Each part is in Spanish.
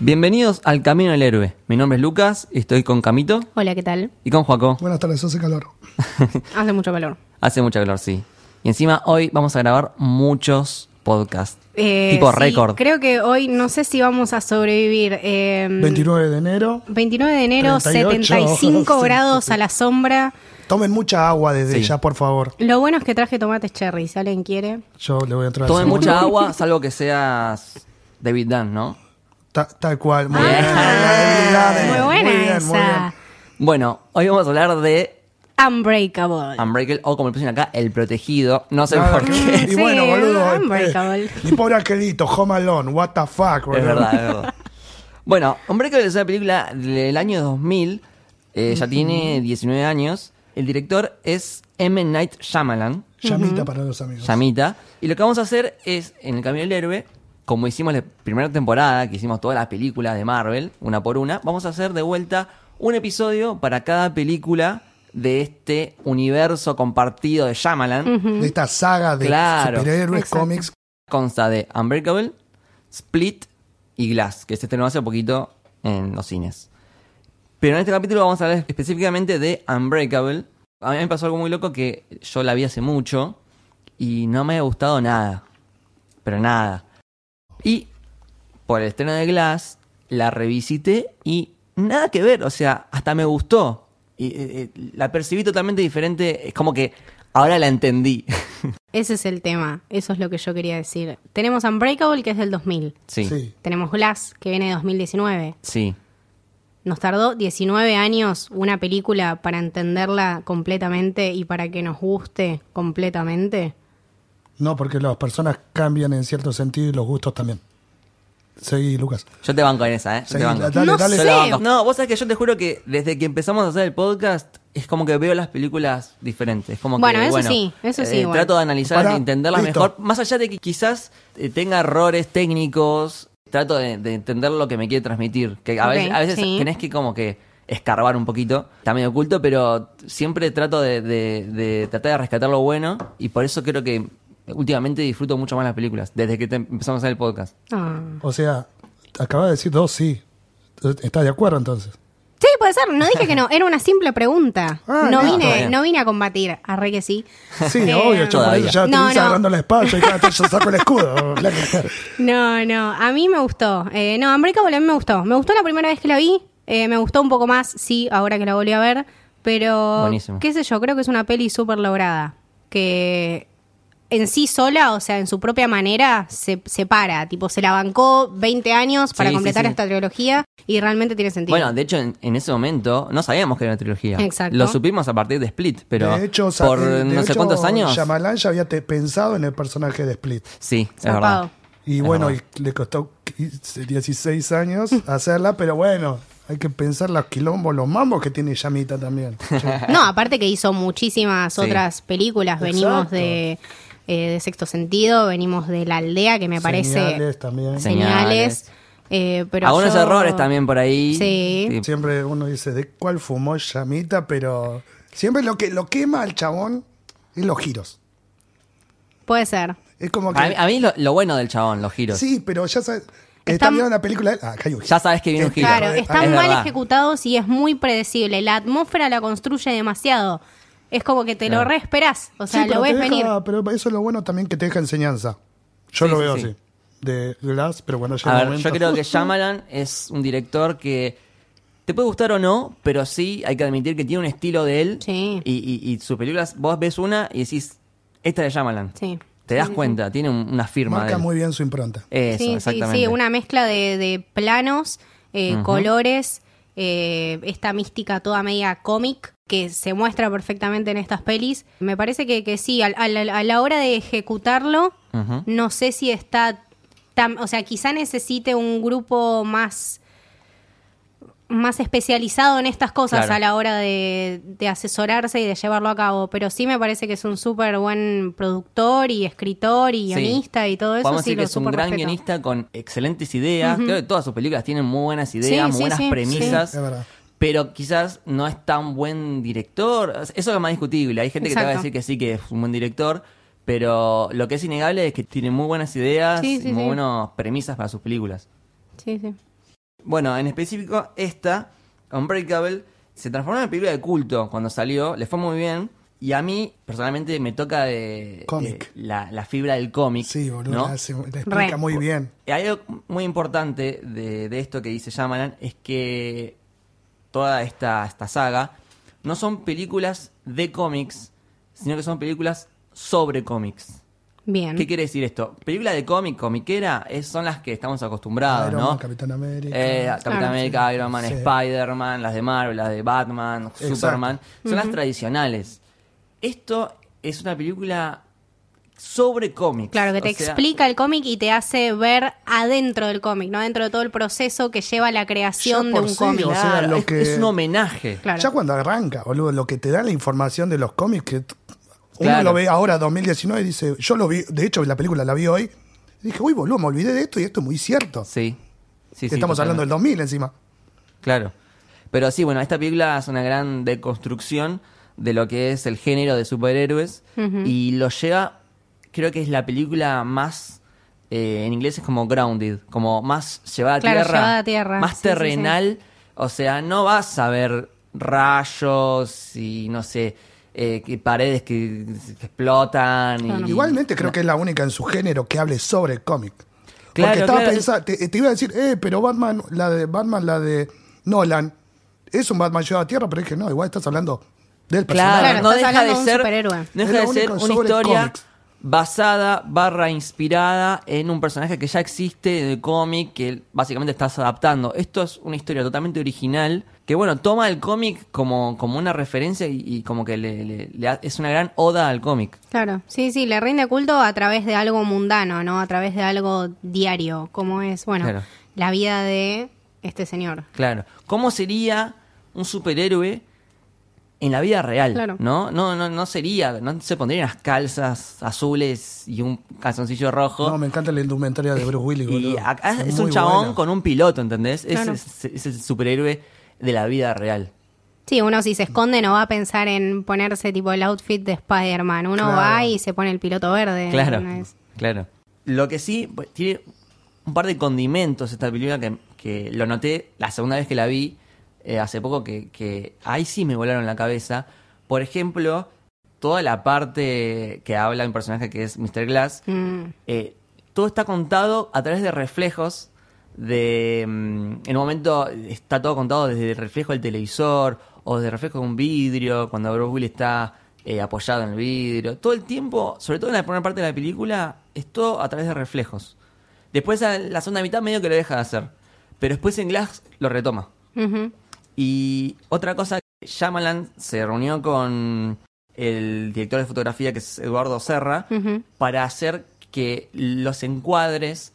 Bienvenidos al Camino del Héroe. Mi nombre es Lucas y estoy con Camito Hola, ¿qué tal? y con Joaco. Buenas tardes, hace calor. Hace mucho calor. Hace mucho calor, sí. Y encima hoy vamos a grabar muchos podcasts. Eh, tipo sí, récord. Creo que hoy no sé si vamos a sobrevivir. eh, 29 de enero. 29 de enero, 38. 75 Sí. grados a la sombra. Tomen mucha agua desde Sí. ya, por favor. Lo bueno es que traje tomates cherry, si alguien quiere. Yo le voy a entrar. al Tomen segundo. mucha agua, salvo que seas David Dunn, ¿no? Ta- tal cual. Muy bien. Ah, Ah, muy habilidades. buena Muy bien, muy esa. bien. Bueno, hoy vamos a hablar de Unbreakable. Unbreakable, o como le pusieron acá, El Protegido. No sé Nada por que- qué. Y bueno, Sí, boludo. eh, Unbreakable. eh, Mi pobre angelito, Home Alone, what the fuck, boludo. Es verdad, es verdad. Bueno, Unbreakable es una película del año 2000. eh, ya tiene 19 años. El director es M. Night Shyamalan. Llamita para los amigos. Llamita. Y lo que vamos a hacer es, en el Camino del Héroe, como hicimos la primera temporada, que hicimos todas las películas de Marvel, una por una, vamos a hacer de vuelta un episodio para cada película de este universo compartido de Shyamalan. De esta saga de Claro. superhéroes, Exacto. cómics. Consta de Unbreakable, Split y Glass, que se estrenó hace poquito en los cines. Pero en este capítulo vamos a hablar específicamente de Unbreakable. A mí me pasó algo muy loco que yo la vi hace mucho y no me había gustado nada. Pero nada. Y por el estreno de Glass la revisité y nada que ver. O sea, hasta me gustó. Y, eh, eh, la percibí totalmente diferente. Es como que ahora la entendí. Ese es el tema. Eso es lo que yo quería decir. Tenemos Unbreakable, que es del 2000. sí. Sí. Sí. Tenemos Glass, que viene de 2019. Nos tardó 19 años una película para entenderla completamente y para que nos guste completamente. No, porque las personas cambian en cierto sentido y los gustos también. Seguí, Lucas. Yo te banco en esa, ¿eh? Yo Seguí, te banco. dale, No dale. sé. Yo la banco. No, vos sabés que yo te juro que desde que empezamos a hacer el podcast es como que veo las películas diferentes. Como Bueno, que, eso sí, eso sí, eh, igual. Trato de analizarlas Pará, y entenderlas listo. mejor. Más allá de que quizás eh, tenga errores técnicos, trato de, de entender lo que me quiere transmitir. Que a Ok, veces, a veces sí. tenés que como que escarbar un poquito. Está medio oculto, pero siempre trato de, de- de tratar de rescatar lo bueno y por eso creo que últimamente disfruto mucho más las películas desde que te- empezamos a hacer el podcast. Ah. O sea, acabas de decir dos sí. ¿Estás de acuerdo entonces? Sí, puede ser. No dije que no. Era una simple pregunta. Ah, no, listo. vine, Bien. no vine a combatir. Arre que sí. Sí, Eh, obvio, yo por Todavía. eso ya te No, ves no. agarrando la espada, yo, ya te- yo saco el escudo. la que- No, no. A mí me gustó. Eh, no, Unbreakable a mí me gustó. Me gustó la primera vez que la vi. Eh, me gustó un poco más, sí, ahora que la volví a ver. Pero, Buenísimo. qué sé yo, creo que es una peli súper lograda. Que en sí sola, o sea, en su propia manera, se, se para. Tipo, se la bancó 20 años para Sí, sí, completar sí. esta trilogía y realmente tiene sentido. Bueno, de hecho, en, en ese momento no sabíamos que era una trilogía. Exacto. Lo supimos a partir de Split, pero de hecho, o sea, por de- de no sé hecho, cuántos años. Shyamalan ya había te- pensado en el personaje de Split. Sí, es Zarpado. verdad. Y bueno, y le costó 15, 16 años hacerla, pero bueno, hay que pensar los quilombos, los mambos que tiene Yamita también. No, aparte que hizo muchísimas Sí. otras películas. Venimos Exacto. de, eh, de Sexto Sentido, venimos de La Aldea, que me parece. Señales también. Sí. Señales. Señales. eh, pero Algunos yo- errores también por ahí. Sí. Sí. Siempre uno dice, ¿de cuál fumó Yamita? Pero siempre lo que lo quema al chabón es los giros. Puede ser. Es como que... A mí, a mí lo, lo bueno del chabón, los giros. Sí, pero ya sabes... Está- Está viendo la película... de- Ah, acá hay un- Ya sabes que viene un giro. Claro, es están mal verdad. ejecutados y es muy predecible. La atmósfera la construye demasiado. Es como que te lo Claro. re esperás. O sea, Sí, lo pero ves te deja- venir. Pero eso es lo bueno también que te deja enseñanza. Yo Sí, lo sí, veo sí. así. De Glass, pero bueno, ya A el ver, momento- yo creo que Shyamalan es un director que te puede gustar o no, pero sí hay que admitir que tiene un estilo de él. Sí. Y, y, y sus películas, vos ves una y decís, esta es de Shyamalan. Sí. Te das cuenta, tiene un- una firma. de Marca él. muy bien su impronta. Eso, sí, sí, exactamente. sí, una mezcla de, de planos, eh, colores, eh, esta mística toda media cómic que se muestra perfectamente en estas pelis. Me parece que, que sí, al- al- a la hora de ejecutarlo, Ujú. no sé si está tan, o sea, quizá necesite un grupo más más especializado en estas cosas Claro. a la hora de, de asesorarse y de llevarlo a cabo, pero sí me parece que es un súper buen productor y escritor y Sí. guionista y todo eso. Podemos sí, decir lo que es un súper gran respeto. guionista con excelentes ideas. Creo que todas sus películas tienen muy buenas ideas, muy Sí, sí, buenas sí, premisas. sí. Es verdad. Pero quizás no es tan buen director. Eso es lo más discutible. Hay gente que te va a Exacto. decir que sí, que es un buen director. Pero lo que es innegable es que tiene muy buenas ideas Sí, sí, y muy sí. buenas premisas para sus películas. Sí, sí. Bueno, en específico, esta, Unbreakable, se transformó en una película de culto cuando salió, le fue muy bien. Y a mí, personalmente, me toca de, Cómic. de la, la fibra del cómic. Sí, boludo, ¿no? la, se- la explica Re. muy bien. Y algo muy importante de, de esto que dice Shyamalan es que toda esta, esta saga no son películas de cómics, sino que son películas sobre cómics. Bien. ¿Qué quiere decir esto? Película de cómic, comiquera, es, son las que estamos acostumbrados, Iron ¿no? Man, Capitán América. Eh, Capitán Claro, América, sí. Iron Man, Sí. Spider-Man, las de Marvel, las de Batman, Exacto. Superman. Son las tradicionales. Esto es una película sobre cómics. Claro, que te O sea, explica el cómic y te hace ver adentro del cómic, no adentro de todo el proceso que lleva la creación Ya de por un sí, cómic. o sea, claro, lo es, que- es un homenaje. Claro. Ya cuando arranca, boludo, lo que te da la información de los cómics, que t- uno Claro. lo ve ahora, 2019, y dice, yo lo vi, de hecho la película la vi hoy, y dije, uy, boludo, me olvidé de esto y esto es muy cierto. Sí. sí, Que sí, estamos hablando totalmente. del 2000 encima. Claro. Pero sí, bueno, esta película es una gran deconstrucción de lo que es el género de superhéroes y lo lleva, creo que es la película más, eh, en inglés es como grounded, como más llevada a Claro, tierra, llevada a tierra. más Sí, sí, sí. terrenal, o sea, no vas a ver rayos y no sé, eh, que paredes que, que explotan. Claro. y- Igualmente creo que es la única en su género que hable sobre cómic. Claro, Porque estaba claro, pensando, te, te iba a decir, eh, pero Batman, la de Batman, la de Nolan, es un Batman llevado a tierra, pero es que no, igual estás hablando del personaje. Claro, Claro, no estás deja hablando de de un ser, superhéroe. no Es deja lo de ser único una sobre historia cómics. basada, barra inspirada en un personaje que ya existe de cómic que básicamente estás adaptando. Esto es una historia totalmente original que, bueno, toma el cómic como, como una referencia y, y como que le, le- le ha- es una gran oda al cómic. Claro, sí, sí, le rinde culto a través de algo mundano, ¿no? A través de algo diario, como es, bueno, Claro. la vida de este señor. Claro. ¿Cómo sería un superhéroe en la vida real? Claro. ¿no? No, no, no sería, no se pondrían las calzas azules y un calzoncillo rojo. No, me encanta la indumentaria de Bruce Willis, Y boludo. acá es, muy un chabón buena. con un piloto, ¿entendés? Es- Claro. Es, es el superhéroe de la vida real. Sí, uno si se esconde no va a pensar en ponerse tipo el outfit de Spider-Man, uno Claro. va y se pone el piloto verde. Claro, Eh, ¿no? Es- claro. Lo que sí, pues, tiene un par de condimentos esta película que, que lo noté la segunda vez que la vi, eh, hace poco, que, que ahí sí me volaron la cabeza. Por ejemplo, toda la parte que habla un personaje que es Mr. Glass, Mm. Eh, todo está contado a través de reflejos. De, mm, en un momento está todo contado desde el reflejo del televisor o desde el reflejo de un vidrio, cuando Bruce Willis está eh, apoyado en el vidrio. Todo el tiempo, sobre todo en la primera parte de la película, es todo a través de reflejos. Después, a la segunda mitad, medio que lo deja de hacer. Pero después en Glass lo retoma. Ujú. Y otra cosa, Shyamalan se reunió con el director de fotografía, que es Eduardo Serra, Ujú. para hacer que los encuadres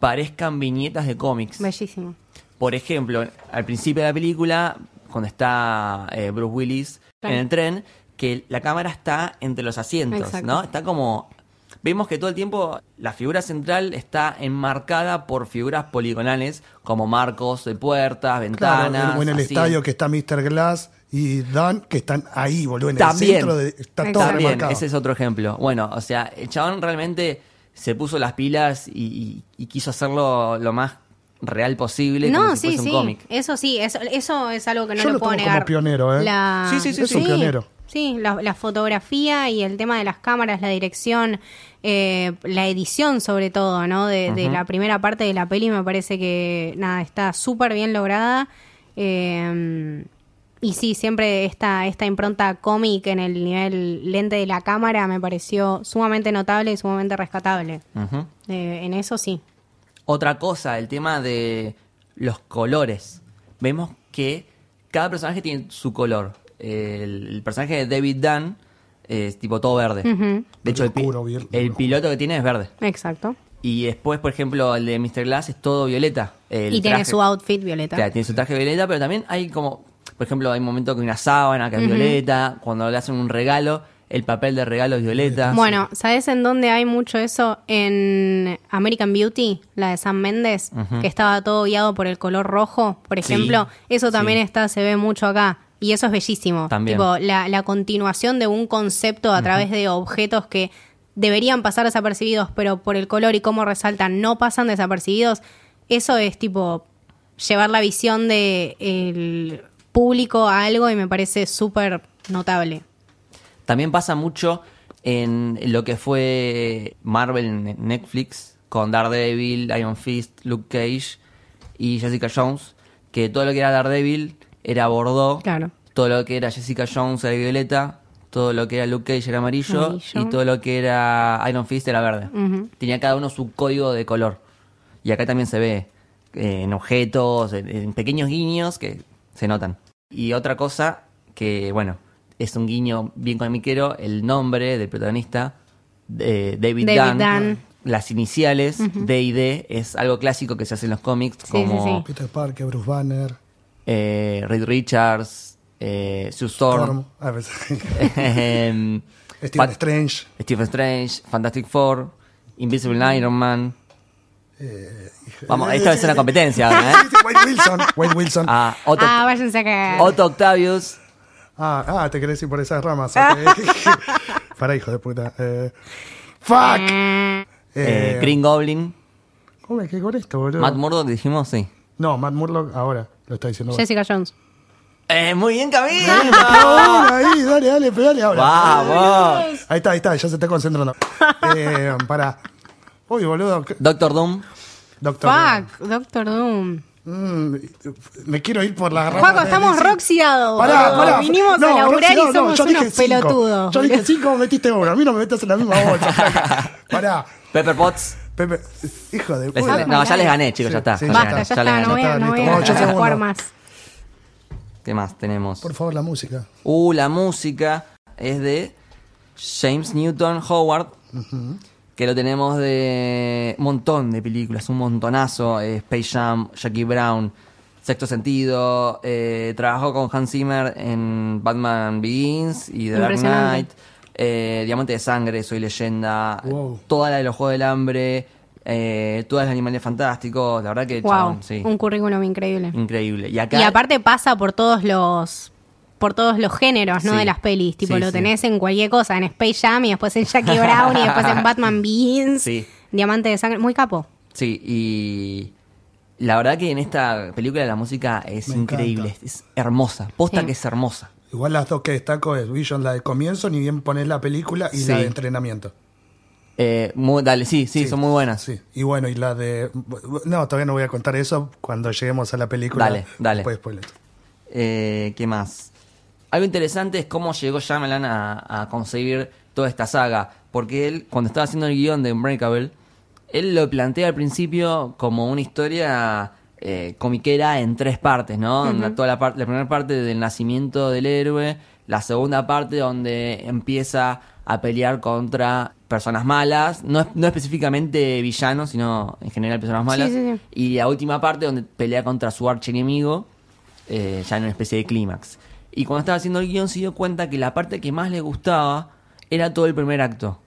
parezcan viñetas de cómics. Bellísimo. Por ejemplo, al principio de la película, cuando está eh, Bruce Willis Claro. en el tren, que la cámara está entre los asientos, Exacto. ¿no? Está como... Vemos que todo el tiempo la figura central está enmarcada por figuras poligonales, como marcos de puertas, Claro, ventanas... o en el así. estadio que está Mr. Glass y Dan, que están ahí, boludo, en También. el centro. De, está todo Exacto. También, remarcado. ese es otro ejemplo. Bueno, o sea, el chabón realmente se puso las pilas y, y- y quiso hacerlo lo más real posible, como No, si sí, fuese sí. un cómic. Eso sí, eso, eso es algo que no Yo lo lo puedo tomo negar. como pionero, ¿eh? La- Sí, sí, sí, sí, Es sí. un pionero. Sí, la, la fotografía y el tema de las cámaras, la dirección, eh, la edición sobre todo, ¿no? De, de la primera parte de la peli me parece que, nada, está súper bien lograda. Eh, y sí, siempre esta, esta impronta cómic en el nivel lente de la cámara me pareció sumamente notable y sumamente rescatable. Ujú. Eh, en eso sí. Otra cosa, el tema de los colores. Vemos que cada personaje tiene su color. El, el personaje de David Dunn es tipo todo verde. De hecho, el, pi- Oscuro, bien- el piloto que tiene es verde. Exacto. Y después, por ejemplo, el de Mr. Glass es todo violeta. El y tiene traje. su outfit violeta. Claro, tiene su traje violeta, pero también hay como, por ejemplo, hay un momento que hay una sábana que es violeta, cuando le hacen un regalo, el papel de regalo es violeta. Bueno, ¿sabes en dónde hay mucho eso? En American Beauty, la de Sam Méndez, que estaba todo guiado por el color rojo, por Sí, ejemplo. Eso también sí. está, se ve mucho acá. Y eso es bellísimo. También. Tipo, la, la continuación de un concepto a través de objetos que deberían pasar desapercibidos, pero por el color y cómo resaltan, no pasan desapercibidos. Eso es tipo llevar la visión del el público a algo y me parece súper notable. También pasa mucho en lo que fue Marvel en Netflix, con Daredevil, Iron Fist, Luke Cage y Jessica Jones, que todo lo que era Daredevil era Bordeaux, Claro. todo lo que era Jessica Jones era violeta, todo lo que era Luke Cage era amarillo, Amarillo. y todo lo que era Iron Fist era verde. Tenía cada uno su código de color. Y acá también se ve eh, en objetos, en, en pequeños guiños que se notan. Y otra cosa que, bueno, es un guiño bien comiquero, el nombre del protagonista, de David, Dunn, David Dunn. las iniciales, D&D, es algo clásico que se hace en los cómics, Sí, como sí, sí. Peter Parker, Bruce Banner, eh, Reed Richards, eh, Sue Storm, Storm, Este a veces, em, Stephen Fat- Strange, Stephen Strange, Fantastic Four, Invisible Iron Man. Vamos, esta es una competencia, ahora, ¿eh? Wayne Wilson, Wayne Wilson. Ah. Ah, Otto, Ah, váyanse a cagar. Otto Octavius, ah, te querés ir por esas ramas. ok. Para hijo de puta. eh, fuck. Ah. eh, Eh, Green Goblin, ¿Cómo me quedé con esto, boludo? Matt Murdock, dijimos, sí. no, Matt Murlock ahora lo está diciendo. vos. Jessica Jones. Eh, muy bien, Camilo. Ah, bueno, ahí, dale, dale, dale ahora. Vamos. Ahí está, ahí está, ya se está concentrando. Eh, para. Uy, boludo, ¿qué- Doctor Doom. doctor. Fuck, Doctor Doom. Mm, me quiero ir por la rama. Juaco, de- estamos roxiados. Pará, pará. Oh, Vinimos No, a laburar Roxy, y no, no, somos yo unos dije cinco. pelotudos. Yo dije cinco, metiste uno. A mí no me metas en la misma bolsa. flaca. pará. Pepper Potts. Pepe, hijo de Les- puta. no, ya les gané, chicos, ya está. Sí, ya basta, les Basta, gané, Ah, ya ya les está, no gané. voy a, no voy a listo. Vamos, yo segundo. jugar más. ¿Qué más tenemos? Por favor, la música. Uh, la música es de James Newton Howard, que lo tenemos de un montón de películas, un montonazo. eh, Space Jam, Jackie Brown, Sexto Sentido. eh, trabajó con Hans Zimmer en Batman Begins y The Dark Impresionante. Knight. eh, Diamante de Sangre, Soy Leyenda, Wow. toda la de los Juegos del Hambre, eh, todas las Animales Fantásticos. La verdad que, Wow, chabón, sí, un currículum increíble. increíble. Y acá... Y aparte pasa por todos los por todos los géneros, ¿no? Sí. De las pelis, tipo Sí, lo sí. tenés en cualquier cosa, en Space Jam y después en Jackie Brown y después en Batman Begins, Sí. Diamante de Sangre, muy capo. Sí, y la verdad que en esta película la música es Me increíble, encanta. es, es hermosa, posta Sí. que es hermosa. Igual las dos que destaco es Vision, la de comienzo, ni bien pones la película y Sí. la de entrenamiento. Eh, muy- dale, sí, sí, son muy buenas. Sí. Y bueno, y la de. No, todavía no voy a contar eso cuando lleguemos a la película. Dale, dale. Después, spoilers. Eh, ¿Qué más? Algo interesante es cómo llegó Shyamalan a, a concebir toda esta saga, porque él, cuando estaba haciendo el guión de Unbreakable, él lo plantea al principio como una historia eh, comiquera en tres partes, ¿no? La- Toda la, par- la primera parte del nacimiento del héroe, la segunda parte donde empieza a pelear contra personas malas, no, es- no específicamente villanos, sino en general personas malas, sí, sí. y la última parte donde pelea contra su archienemigo, eh, ya en una especie de clímax. Y cuando estaba haciendo el guión se dio cuenta que la parte que más le gustaba era todo el primer acto,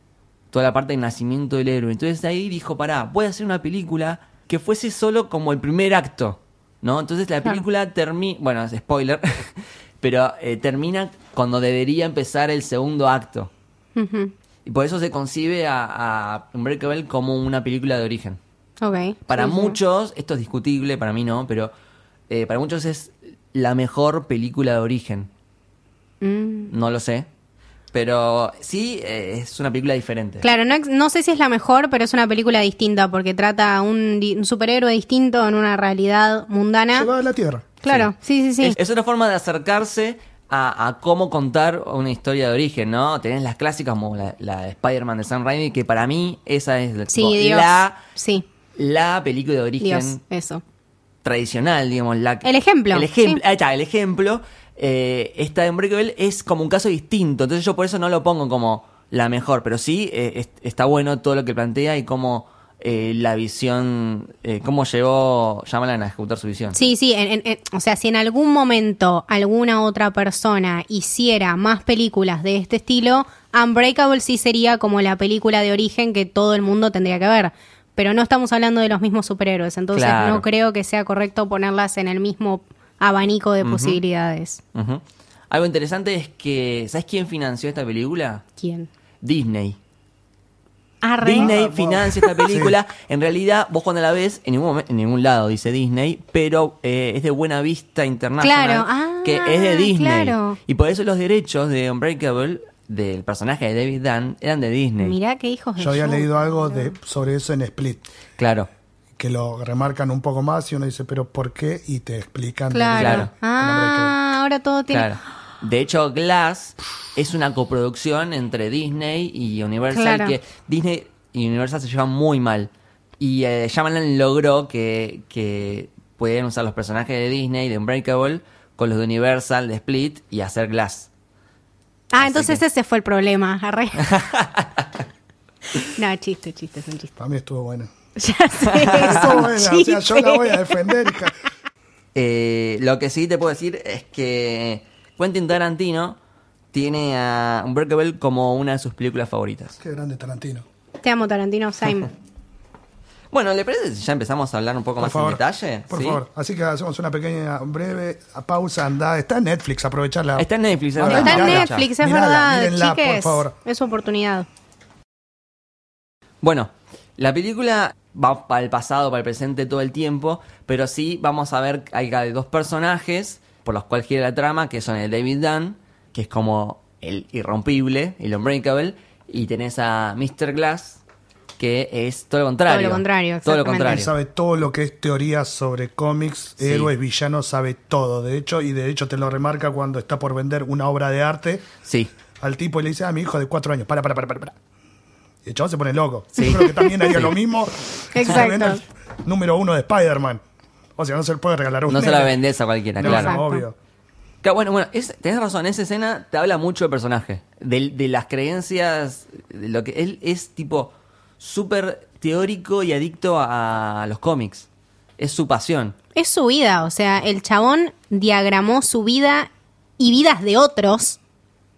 toda la parte del nacimiento del héroe. Entonces ahí dijo, pará, voy a hacer una película que fuese solo como el primer acto, ¿no? Entonces la película termina, bueno, es spoiler, pero eh, termina cuando debería empezar el segundo acto. Ujú, Y por eso se concibe a, a Unbreakable como una película de origen. Ok. Para Sí, sí. muchos, esto es discutible, para mí no, pero eh, para muchos es la mejor película de origen. Mm. No lo sé. Pero sí eh, es una película diferente. Claro, no, ex- no sé si es la mejor, pero es una película distinta porque trata a un, di- un superhéroe distinto en una realidad mundana. Llevado a la tierra. Claro, sí, sí, sí. Es, es una forma de acercarse a, a cómo contar una historia de origen, ¿no? Tenés las clásicas como la, la de Spider-Man de Sam Raimi, que para mí esa es la- sí, tipo, Dios. la, sí, la película de origen Dios, eso. tradicional, digamos. La, El ejemplo, El ejemplo. sí. Ahí está, el ejemplo. eh, esta de Unbreakable es como un caso distinto. Entonces yo por eso no lo pongo como la mejor. Pero sí eh, es- está bueno todo lo que plantea y cómo eh, la visión. eh, cómo llevó Shyamalan a ejecutar su visión. Sí, sí, en- en- en- o sea, si en algún momento alguna otra persona hiciera más películas de este estilo, Unbreakable sí sería como la película de origen que todo el mundo tendría que ver. Pero no estamos hablando de los mismos superhéroes, entonces Claro. no creo que sea correcto ponerlas en el mismo abanico de posibilidades. Ujú. Algo interesante es que. ¿Sabes quién financió esta película? ¿Quién? Disney. Arre. Disney Ah, financia esta película. En realidad, vos cuando la ves, en ningún, momen- en ningún lado dice Disney, pero eh, es de Buena Vista International, Claro, ah, que es de Disney. claro. Y por eso los derechos de Unbreakable, del personaje de David Dunn, eran de Disney. Mirá qué hijos de Yo había yuta, leído algo boludo. de, sobre eso en Split, Claro. que lo remarcan un poco más y uno dice, pero ¿por qué? Y te explican. Claro. Claro. Ah, ahora todo tiene. Claro. De hecho, Glass es una coproducción entre Disney y Universal Claro. que Disney y Universal se llevan muy mal. Y eh, Shyamalan logró que, que pueden usar los personajes de Disney de Unbreakable con los de Universal, de Split y hacer Glass. Ah, entonces ese fue el problema. Arre. no, chiste, chiste, es un chiste. Para mí estuvo bueno. Ya sé, es Estuvo un bueno, o chiste. sea, yo la voy a defender. hija. Eh, lo que sí te puedo decir es que Quentin Tarantino tiene a Unbreakable como una de sus películas favoritas. Qué grande Tarantino. Te amo, Tarantino Simon. Bueno, ¿le parece si ya empezamos a hablar un poco Por más favor. en detalle? Por ¿Sí? favor. Así que hacemos una pequeña, breve pausa, andada. Está en Netflix, aprovecharla. Está en Netflix. es Está verdad. Está en mirala, Netflix, es mirala, verdad, mírenla, por chiques. favor. Es su oportunidad. Bueno, la película va para el pasado, para el presente todo el tiempo, pero sí vamos a ver hay cada dos personajes por los cuales gira la trama, que son el David Dunn, que es como el irrompible, el unbreakable, y tenés a Mr. Glass, que es todo lo contrario. Todo lo contrario, Todo lo exactamente. contrario. Él sabe todo lo que es teoría sobre cómics, Sí. héroes, villanos, sabe todo, de hecho, y de hecho te lo remarca cuando está por vender una obra de arte Sí. al tipo y le dice, ah, mi hijo de cuatro años, para, para, para, para, para. Y el chabón se pone loco. Sí. Yo creo que también haría lo mismo. si Exacto. le venden el número uno de Spider-Man. O sea, no se le puede regalar a un No se la nene. vendés a cualquiera, No, claro. no, Exacto. obvio. Claro, Bueno, bueno, es- tenés razón, esa escena te habla mucho del personaje, del- de, las creencias, de lo que él es tipo súper teórico y adicto a, a los cómics. Es su pasión. Es su vida, o sea, el chabón diagramó su vida y vidas de otros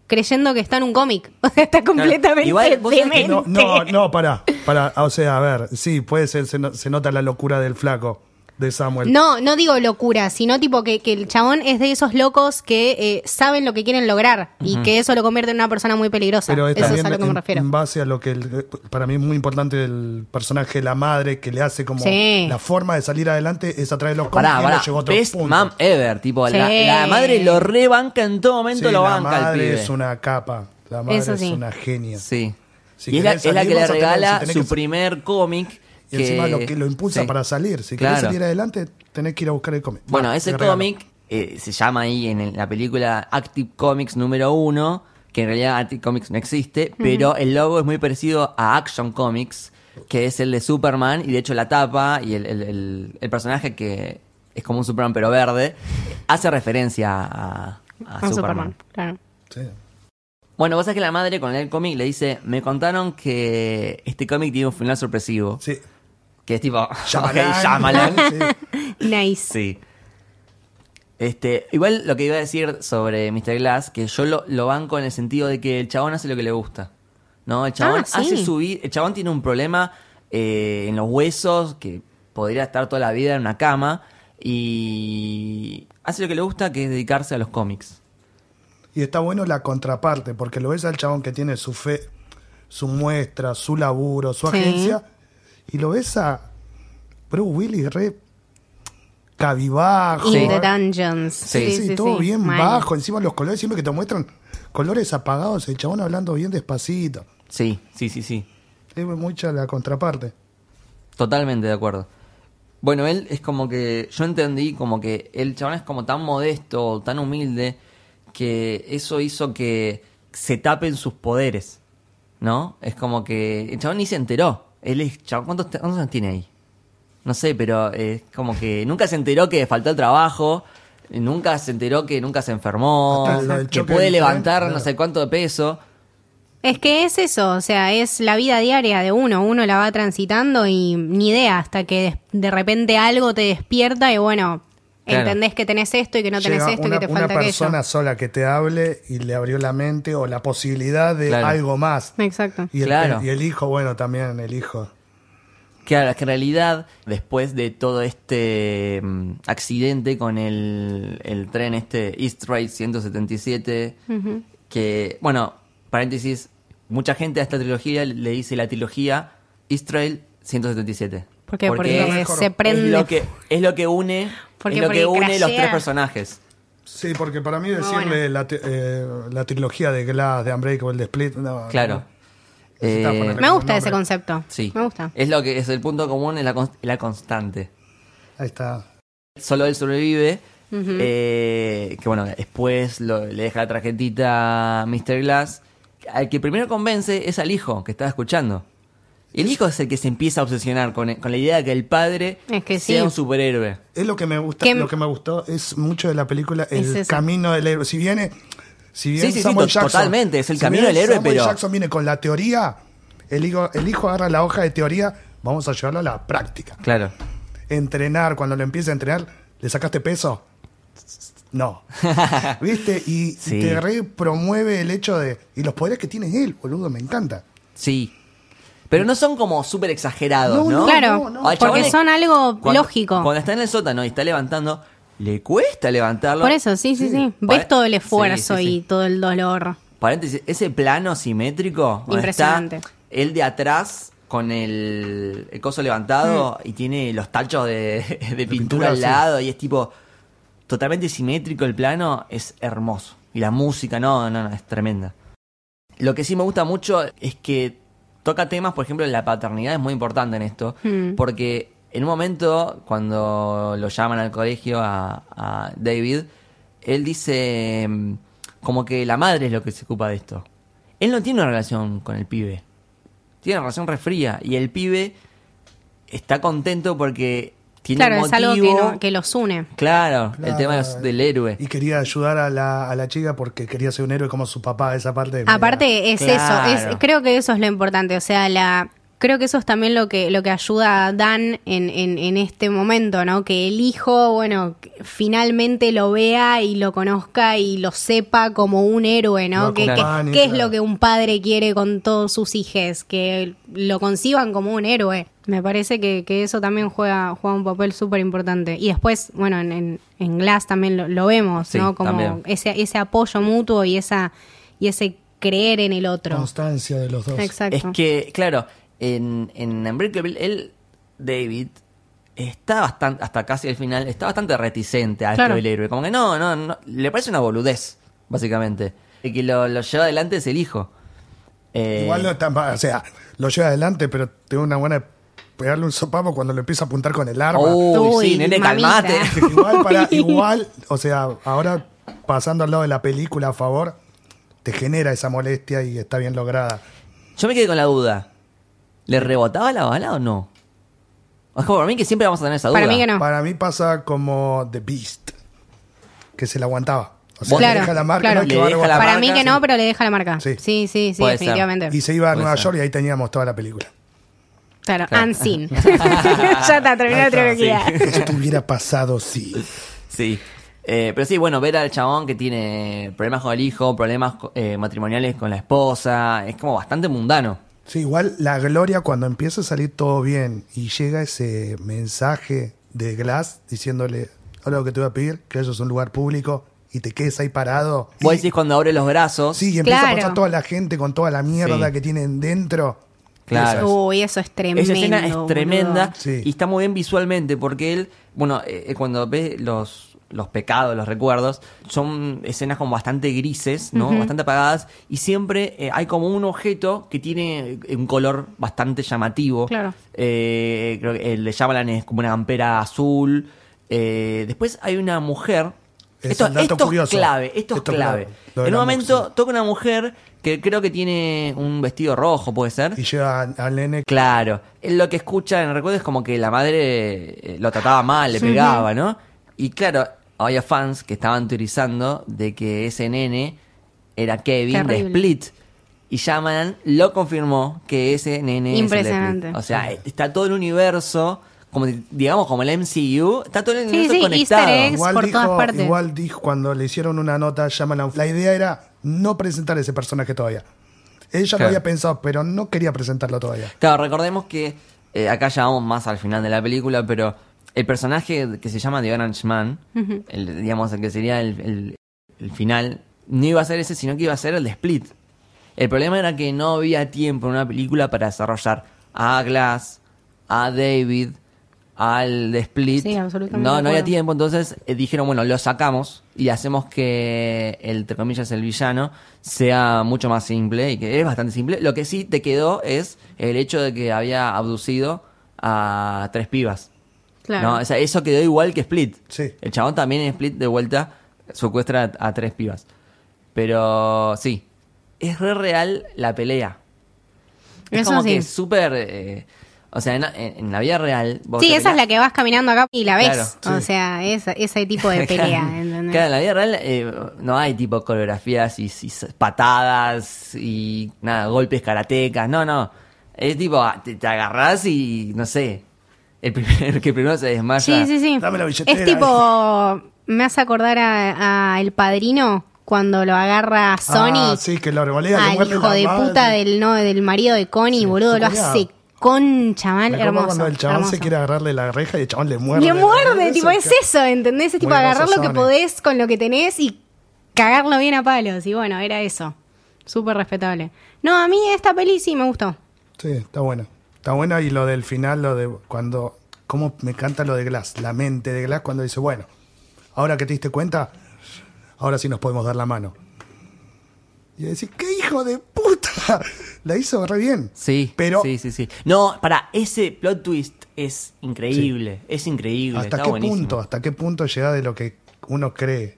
creyendo que está en un cómic. O sea, está completamente Igual, vos sabés que demente. No, no, no, pará, pará. O sea, a ver, sí, puede ser, se, no- se nota la locura del flaco de Samuel. No, no digo locura, sino tipo que, que el chabón es de esos locos que eh, saben lo que quieren lograr y que eso lo convierte en una persona muy peligrosa. Pero es eso es también a lo que en, me refiero. en base a lo que el- eh, para mí es muy importante el personaje de la madre que le hace como Sí. la forma de salir adelante es a través de los Pará, cómics y él pará, lo llevó a otro best punto. mom ever. Tipo, la, Sí. la madre lo rebanca en todo Sí, momento, lo la banca al madre pibe. es una capa, la madre Eso es sí. una genia. Sí. Si y es la, querés es la salir, que le vas a tener- regala si tenés su que- primer cómic. Y encima que- lo que lo impulsa sí. para salir. Si Claro. querés salir adelante, tenés que ir a buscar el cómic. Bueno, Ah, ese te regalo. cómic eh, se llama ahí en el- la película Active Comics número uno, que en realidad Active Comics no existe, pero el logo es muy parecido a Action Comics, que es el de Superman, y de hecho la tapa y el, el- el- el personaje que es como un Superman pero verde, hace referencia a, a Ah, Superman. Superman, claro. Sí. Bueno, vos sabés que la madre con el cómic le dice, me contaron que este cómic tiene un final sorpresivo, Sí. que es tipo, Shyamalan. "Ok, Shyamalan". Sí. Nice. Sí. Este, igual lo que iba a decir sobre Mr. Glass, que yo lo, lo banco en el sentido de que el chabón hace lo que le gusta. ¿No? El chabón Ah, sí. hace su vi- El chabón tiene un problema eh, en los huesos que podría estar toda la vida en una cama. Y hace lo que le gusta, que es dedicarse a los cómics. Y está bueno la contraparte, porque lo ves al chabón que tiene su fe, su muestra, su laburo, su Sí. agencia, y lo ves a Bruce Willis re cabibajo. In Sí. the dungeons. Sí, sí, todo bien mal. bajo, encima los colores siempre que te muestran colores apagados, el chabón hablando bien despacito. Sí, sí, sí, sí. Es mucha la contraparte. Totalmente de acuerdo. Bueno, él es como que. Yo entendí como que el chabón es como tan modesto, tan humilde, que eso hizo que se tapen sus poderes. ¿No? Es como que. El chabón ni se enteró. Él es. Chabón, ¿cuántos, te- cuántos años tiene ahí? No sé, pero es como que nunca se enteró que faltó el trabajo. Nunca se enteró que nunca se enfermó. Hasta lo del Que choque puede del tren, levantar no claro. sé cuánto de peso. Es que es eso, o sea, es la vida diaria de uno, uno la va transitando y ni idea hasta que des- de repente algo te despierta y bueno, Claro. entendés que tenés esto y que no tenés Llega esto una, y que te una falta persona sola que te hable y le abrió la mente o la posibilidad de Claro. algo más. aquello. Exacto. Y el, Claro. y el hijo, bueno, también el hijo. Claro, es que en realidad, después de todo este mm, accidente con el, el tren este East Ride 177, que, bueno, paréntesis, mucha gente a esta trilogía le dice la trilogía Israel 177. ¿Por qué? Porque Porque, es- se prende. es lo que es lo que une Porque- es lo que porque une los crashea. tres personajes Sí, porque para mí decirle bueno. la, te- eh, la trilogía de Glass, de Unbreakable, de Split, no, claro Sí, está para Eh, Me gusta No, ese pero- concepto. sí Eh, Me gusta. es lo que es el punto común es la, cons- la constante no. Ahí está. solo él sobrevive eh, que bueno después lo- le deja la tarjetita a Mr. Glass al que primero convence es al hijo que estaba escuchando Y el hijo es el que se empieza a obsesionar con, con la idea de que el padre Es que sea sí. un superhéroe Es lo que me gusta, Que- lo que me gustó es mucho de la película Es el eso. camino del héroe. Si viene, si bien Sí, sí, sí, Samuel to- Jackson, totalmente, es el si camino bien del héroe, Samuel pero- Jackson viene con la teoría, el hijo, el hijo agarra la hoja de teoría, vamos a llevarlo a la práctica. claro Entrenar, cuando lo empieza a entrenar, ¿le sacaste peso? No. ¿Viste? Y, y Sí. te re promueve el hecho de. Y los poderes que tiene él, boludo, me encanta. sí pero no son como súper exagerados, ¿no? No, claro, no, no. Ah, el porque chabón- son algo Cuando- lógico. Cuando está en el sótano y está levantando, le cuesta levantarlo. Por eso, sí, sí, sí. Pare- Ves todo el esfuerzo Sí, sí, sí. y todo el dolor. Paréntesis, ese plano simétrico. donde Impresionante. está él de atrás con el, el coso levantado y tiene los tachos de, de pintura, pintura, al sí. lado y es tipo totalmente simétrico el plano, es hermoso. Y la música, no, no, no, es tremenda. Lo que sí me gusta mucho es que toca temas, por ejemplo, la paternidad es muy importante en esto, Mm. porque en un momento, cuando lo llaman al colegio a, a David, él dice mm, como que la madre es lo que se ocupa de esto. Él no tiene una relación con el pibe, tiene una relación refría, y el pibe está contento porque tiene Claro, un es algo que, motivo. no- que los une. Claro, el Claro. tema es del héroe. Y quería ayudar a la, a la chica porque quería ser un héroe como su papá, esa parte. me- Aparte es Claro. eso, es, creo que eso es lo importante, o sea, la creo que eso es también lo que lo que ayuda a Dan en, en, en este momento, ¿no? Que el hijo, bueno, finalmente lo vea y lo conozca y lo sepa como un héroe, ¿no? Lo que, que- acompañe, ¿Qué es claro. lo que un padre quiere con todos sus hijos? Que lo conciban como un héroe. Me parece que, que eso también juega, juega un papel súper importante. Y después, bueno, en, en, en Glass también lo, lo vemos, Sí, ¿no? Como también. ese, ese apoyo mutuo y esa y ese creer en el otro. Constancia de los dos. Exacto. Es que, claro, en, en Unbreakable, él, David, está bastante, hasta casi el final, está bastante reticente a Claro. esto del héroe. Como que no, no, no, le parece una boludez, básicamente. El que lo, lo lleva adelante es el hijo. Eh, Igual no está mal, o sea, lo lleva adelante, pero tengo una buena de pegarle un sopapo cuando lo empieza a apuntar con el arma. Uy, Uy, sí, nene, mamita. calmate. Igual, para, igual, o sea, ahora pasando al lado de la película a favor, te genera esa molestia y está bien lograda. Yo me quedé con la duda. ¿Le rebotaba la bala o no? Es como para mí que siempre vamos a tener esa duda. Para mí que no. Para mí pasa como The Beast, que se la aguantaba. O sea, Vos- le Claro, deja la marca, claro. no es que Le va a deja la rebotar. Para marca, mí que sí. no, pero le deja la marca. Sí. Sí, sí, sí, Puede ser. definitivamente. Y se iba a Puede Nueva ser. York y ahí teníamos toda la película. Claro, Claro. unseen. ya está, terminó la Ahí está, trilogía. Eso te hubiera pasado, sí. Sí. Eh, pero sí, bueno, ver al chabón que tiene problemas con el hijo, problemas co- eh, matrimoniales con la esposa, es como bastante mundano. Sí, igual la gloria cuando empieza a salir todo bien y llega ese mensaje de Glass diciéndole, ahora lo que te voy a pedir, que eso es un lugar público y te quedes ahí parado. Vos Y- decís cuando abre los brazos. sí, y empieza Claro. a pasar toda la gente con toda la mierda Sí. que tienen dentro. Claro. Uy, eso es tremendo. Esa escena es boludo. tremenda Sí. y está muy bien visualmente porque él, bueno, eh, eh, cuando ve los, los pecados, los recuerdos, son escenas como bastante grises, ¿no? Bastante apagadas y siempre eh, hay como un objeto que tiene eh, un color bastante llamativo. Claro. Eh, creo que eh, le llaman es como una campera azul. Eh, después hay una mujer. Es esto un dato esto curioso. es clave, esto, Esto es es clave. clave. Lo de En un la momento mujer. toca una mujer que creo que tiene un vestido rojo, puede ser. Y llega al- al nene. Claro, Él lo que escucha en el recuerdo es como que la madre eh, lo trataba mal, le pegaba, ¿no? Y claro, había fans que estaban teorizando de que ese nene era Kevin de Terrible. Split. Y Shaman lo confirmó que ese nene es el de Split. Impresionante. O sea, eh, está todo el universo, como di- digamos como el MCU, está todo el Sí, universo sí, conectado. easter eggs. Igual por dijo, todas partes. igual dijo cuando le hicieron una nota, llaman La idea era no presentar ese personaje todavía. Ella Claro. lo había pensado, pero no quería presentarlo todavía. Claro, recordemos que eh, acá ya vamos más al final de la película, pero el personaje que se llama The Orange Man, el, digamos, el que sería el, el- el final, no iba a ser ese, sino que iba a ser el de Split. El problema era que no había tiempo en una película para desarrollar a Glass, a David, al de Split. Sí, absolutamente No, de no había acuerdo. tiempo, entonces eh, dijeron, bueno, lo sacamos y hacemos que el, entre comillas, el villano sea mucho más simple y que es bastante simple. Lo que sí te quedó es el hecho de que había abducido a tres pibas. Claro. No, o sea, eso quedó igual que Split. Sí. El chabón también en Split de vuelta secuestra a, a tres pibas. Pero sí, es re real la pelea. Es Eso como sí. que es súper... eh, o sea, en, en- en la vida real... vos Sí, te esa es peleás- la que vas caminando acá y la ves. Claro, O sea, esa- ese tipo de pelea. Claro, ¿entendés? claro, en la vida real eh, no hay tipo coreografías y, y s- patadas y nada, golpes karatecas. No, no. Es tipo, ah, te, te agarrás y no sé. El, primer, el que primero se desmaya. Sí, sí, sí. Dame la billetera. eh. Es tipo, me hace acordar a, a El Padrino cuando lo agarra a Sony. Ah, sí, que lo arbolea. que al muerde hijo la de madre. puta del, no, del marido de Connie, boludo. su Lo cuñado. hace concha mal, Me acuerdo hermoso. cuando el chabón se hermoso. quiere agarrarle la reja y el chabón le muerde. Le muerde, Eso, tipo, es que- eso, ¿entendés? Es tipo Muy agarrar hermoso lo que Sony. podés con lo que tenés y cagarlo bien a palos. Y bueno, era eso. Súper respetable. No, a mí esta peli sí me gustó. Sí, está bueno. Está bueno y lo del final, lo de cuando... ¿Cómo me encanta lo de Glass? La mente de Glass cuando dice, bueno, ahora que te diste cuenta, ahora sí nos podemos dar la mano. Y decir, ¡qué hijo de puta! La hizo re bien. Sí, Pero sí, sí, sí. No, para ese plot twist es increíble, es increíble, ¿hasta está qué buenísimo. punto? ¿Hasta qué punto llega de lo que uno cree?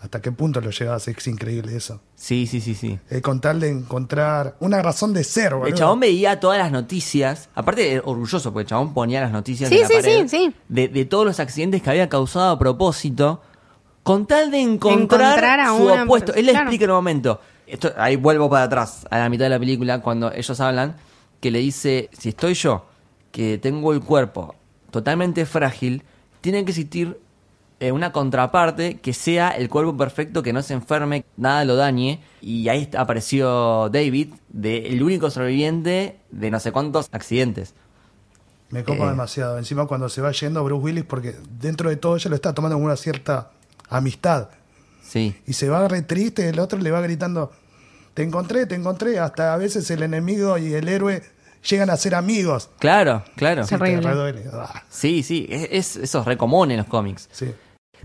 ¿Hasta qué punto lo llegas? Es increíble eso. Sí, sí, sí, sí. Eh, con tal de encontrar una razón de ser, boludo. El chabón veía todas las noticias, aparte eh, orgulloso, porque el chabón ponía las noticias Sí, en la sí, pared sí, sí. De, de todos los accidentes que había causado a propósito, con tal de encontrar, Encontrar a su una opuesto. Él le persona, claro. explica en un momento. Esto, ahí vuelvo para atrás, a la mitad de la película, cuando ellos hablan, que le dice, si estoy yo, que tengo el cuerpo totalmente frágil, tiene que existir eh, una contraparte que sea el cuerpo perfecto, que no se enferme, nada lo dañe. Y ahí está- apareció David, de, el único sobreviviente de no sé cuántos accidentes. Me copa Eh. demasiado. Encima cuando se va yendo Bruce Willis, porque dentro de todo ella lo está tomando como una cierta amistad. Sí. Y se va re triste, el otro le va gritando, te encontré, te encontré. Hasta a veces el enemigo y el héroe llegan a ser amigos. Claro, claro. Sí, te horrible. re duele. Ah, Sí, sí, es, es- eso es re común en los cómics. sí.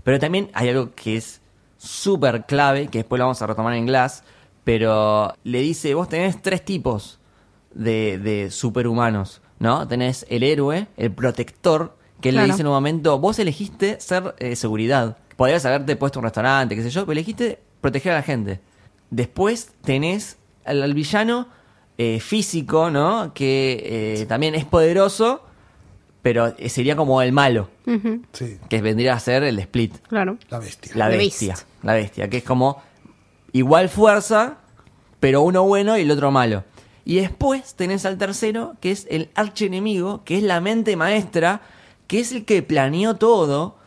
Pero también hay algo que es súper clave, que después lo vamos a retomar en Glass, pero le dice, vos tenés tres tipos de, de superhumanos, ¿no? Tenés el héroe, el protector, que él le Claro. dice en un momento, vos elegiste ser eh, seguridad. Podrías haberte puesto un restaurante, qué sé yo, pero elegiste proteger a la gente. Después tenés al, al villano eh, físico, ¿no? Que eh, también es poderoso, pero eh, sería como el malo Ujú, Sí, que vendría a ser el split, claro. la bestia. la The bestia, Beast. la bestia, que es como igual fuerza, pero uno bueno y el otro malo. Y después tenés al tercero, que es el archienemigo, que es la mente maestra, que es el que planeó todo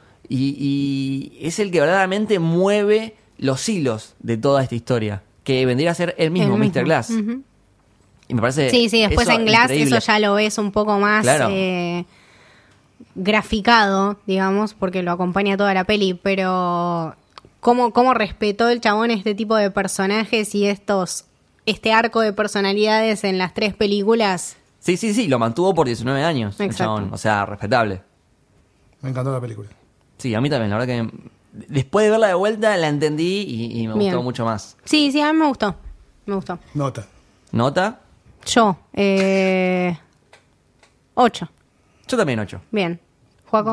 y, y es el que verdaderamente mueve los hilos de toda esta historia, que vendría a ser el mismo, El mismo, Mr. Glass. ujú. Y me parece Sí, sí, después eso en Glass increíble. eso ya lo ves un poco más Claro. eh, graficado, digamos, porque lo acompaña toda la peli, pero cómo, cómo respetó el chabón este tipo de personajes y estos este arco de personalidades en las tres películas. Sí, sí, sí, lo mantuvo por 19 años, el Exacto. chabón, o sea, respetable. Me encantó la película. Sí, a mí también, la verdad que después de verla de vuelta la entendí y, y me Bien. gustó mucho más. Sí, sí, a mí me gustó. Me gustó. Nota. ¿Nota? Yo, eh, ocho. Yo también 8. Bien. Juaco.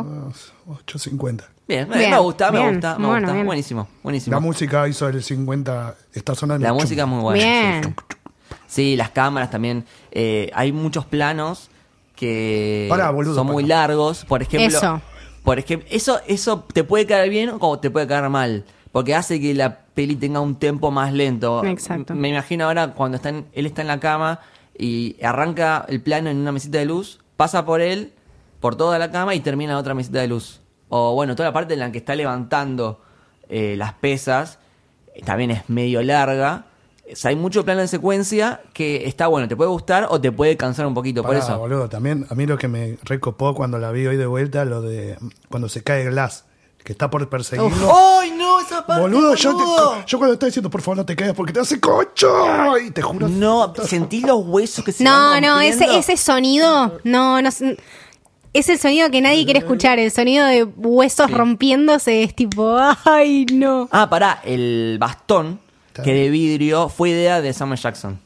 8.50. Bien, eh, Bien, me gusta, me bien. gusta, me Bueno, gusta. bien. Buenísimo, buenísimo. La La, música hizo el 50, está sonando. chum. música es muy buena. Bien. sí. Sí, las cámaras también. Eh, hay muchos planos que Pará, boludo, son muy pará. largos. Por ejemplo, Eso. Por ejemplo, eso, eso te puede caer bien o te puede caer mal. Porque hace que la peli tenga un tempo más lento. Exacto. Me imagino ahora cuando está en- él está en la cama y arranca el plano en una mesita de luz, pasa por él, por toda la cama y termina en otra mesita de luz. O bueno, toda la parte en la que está levantando eh, las pesas eh, también es medio larga. O sea, hay mucho plano en secuencia que está bueno, te puede gustar o te puede cansar un poquito. por Pará, eso. boludo, también a mí lo que me recopó cuando la vi hoy de vuelta, lo de cuando se cae Glass, que está por perseguirlo. ¡Ay, no! Esa parte. Boludo, yo, te- yo cuando estoy diciendo, por favor, no te quedes porque te hace cocho. Y te juro. No, sentís los huesos que se No, van no, ese, rompiendo? ese sonido, no, no. es- Es el sonido que nadie quiere escuchar, el sonido de huesos rompiéndose, es tipo, ay, no. Ah, pará, el bastón Está que de vidrio fue idea de Samuel Jackson.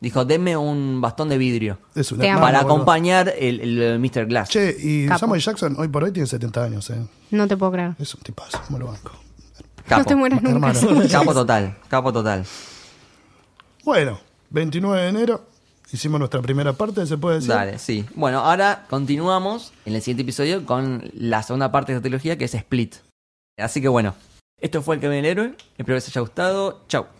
Dijo, denme un bastón de vidrio. Es una Te amo. mano, para Ah, boludo. acompañar el, el, eh, Mr. Glass. Che, y Capo. Samuel Jackson hoy por hoy tiene 70 años, ¿eh? No te puedo creer. Es un tipazo, me lo banco. No te mueras nunca. Hermano. Capo total, capo total. Bueno, 29 de enero hicimos nuestra primera parte, se puede decir. Dale, sí. Bueno, ahora continuamos en el siguiente episodio con la segunda parte de esta trilogía que es Split. Así que bueno, esto fue el que viene el héroe. Espero que les haya gustado. Chau.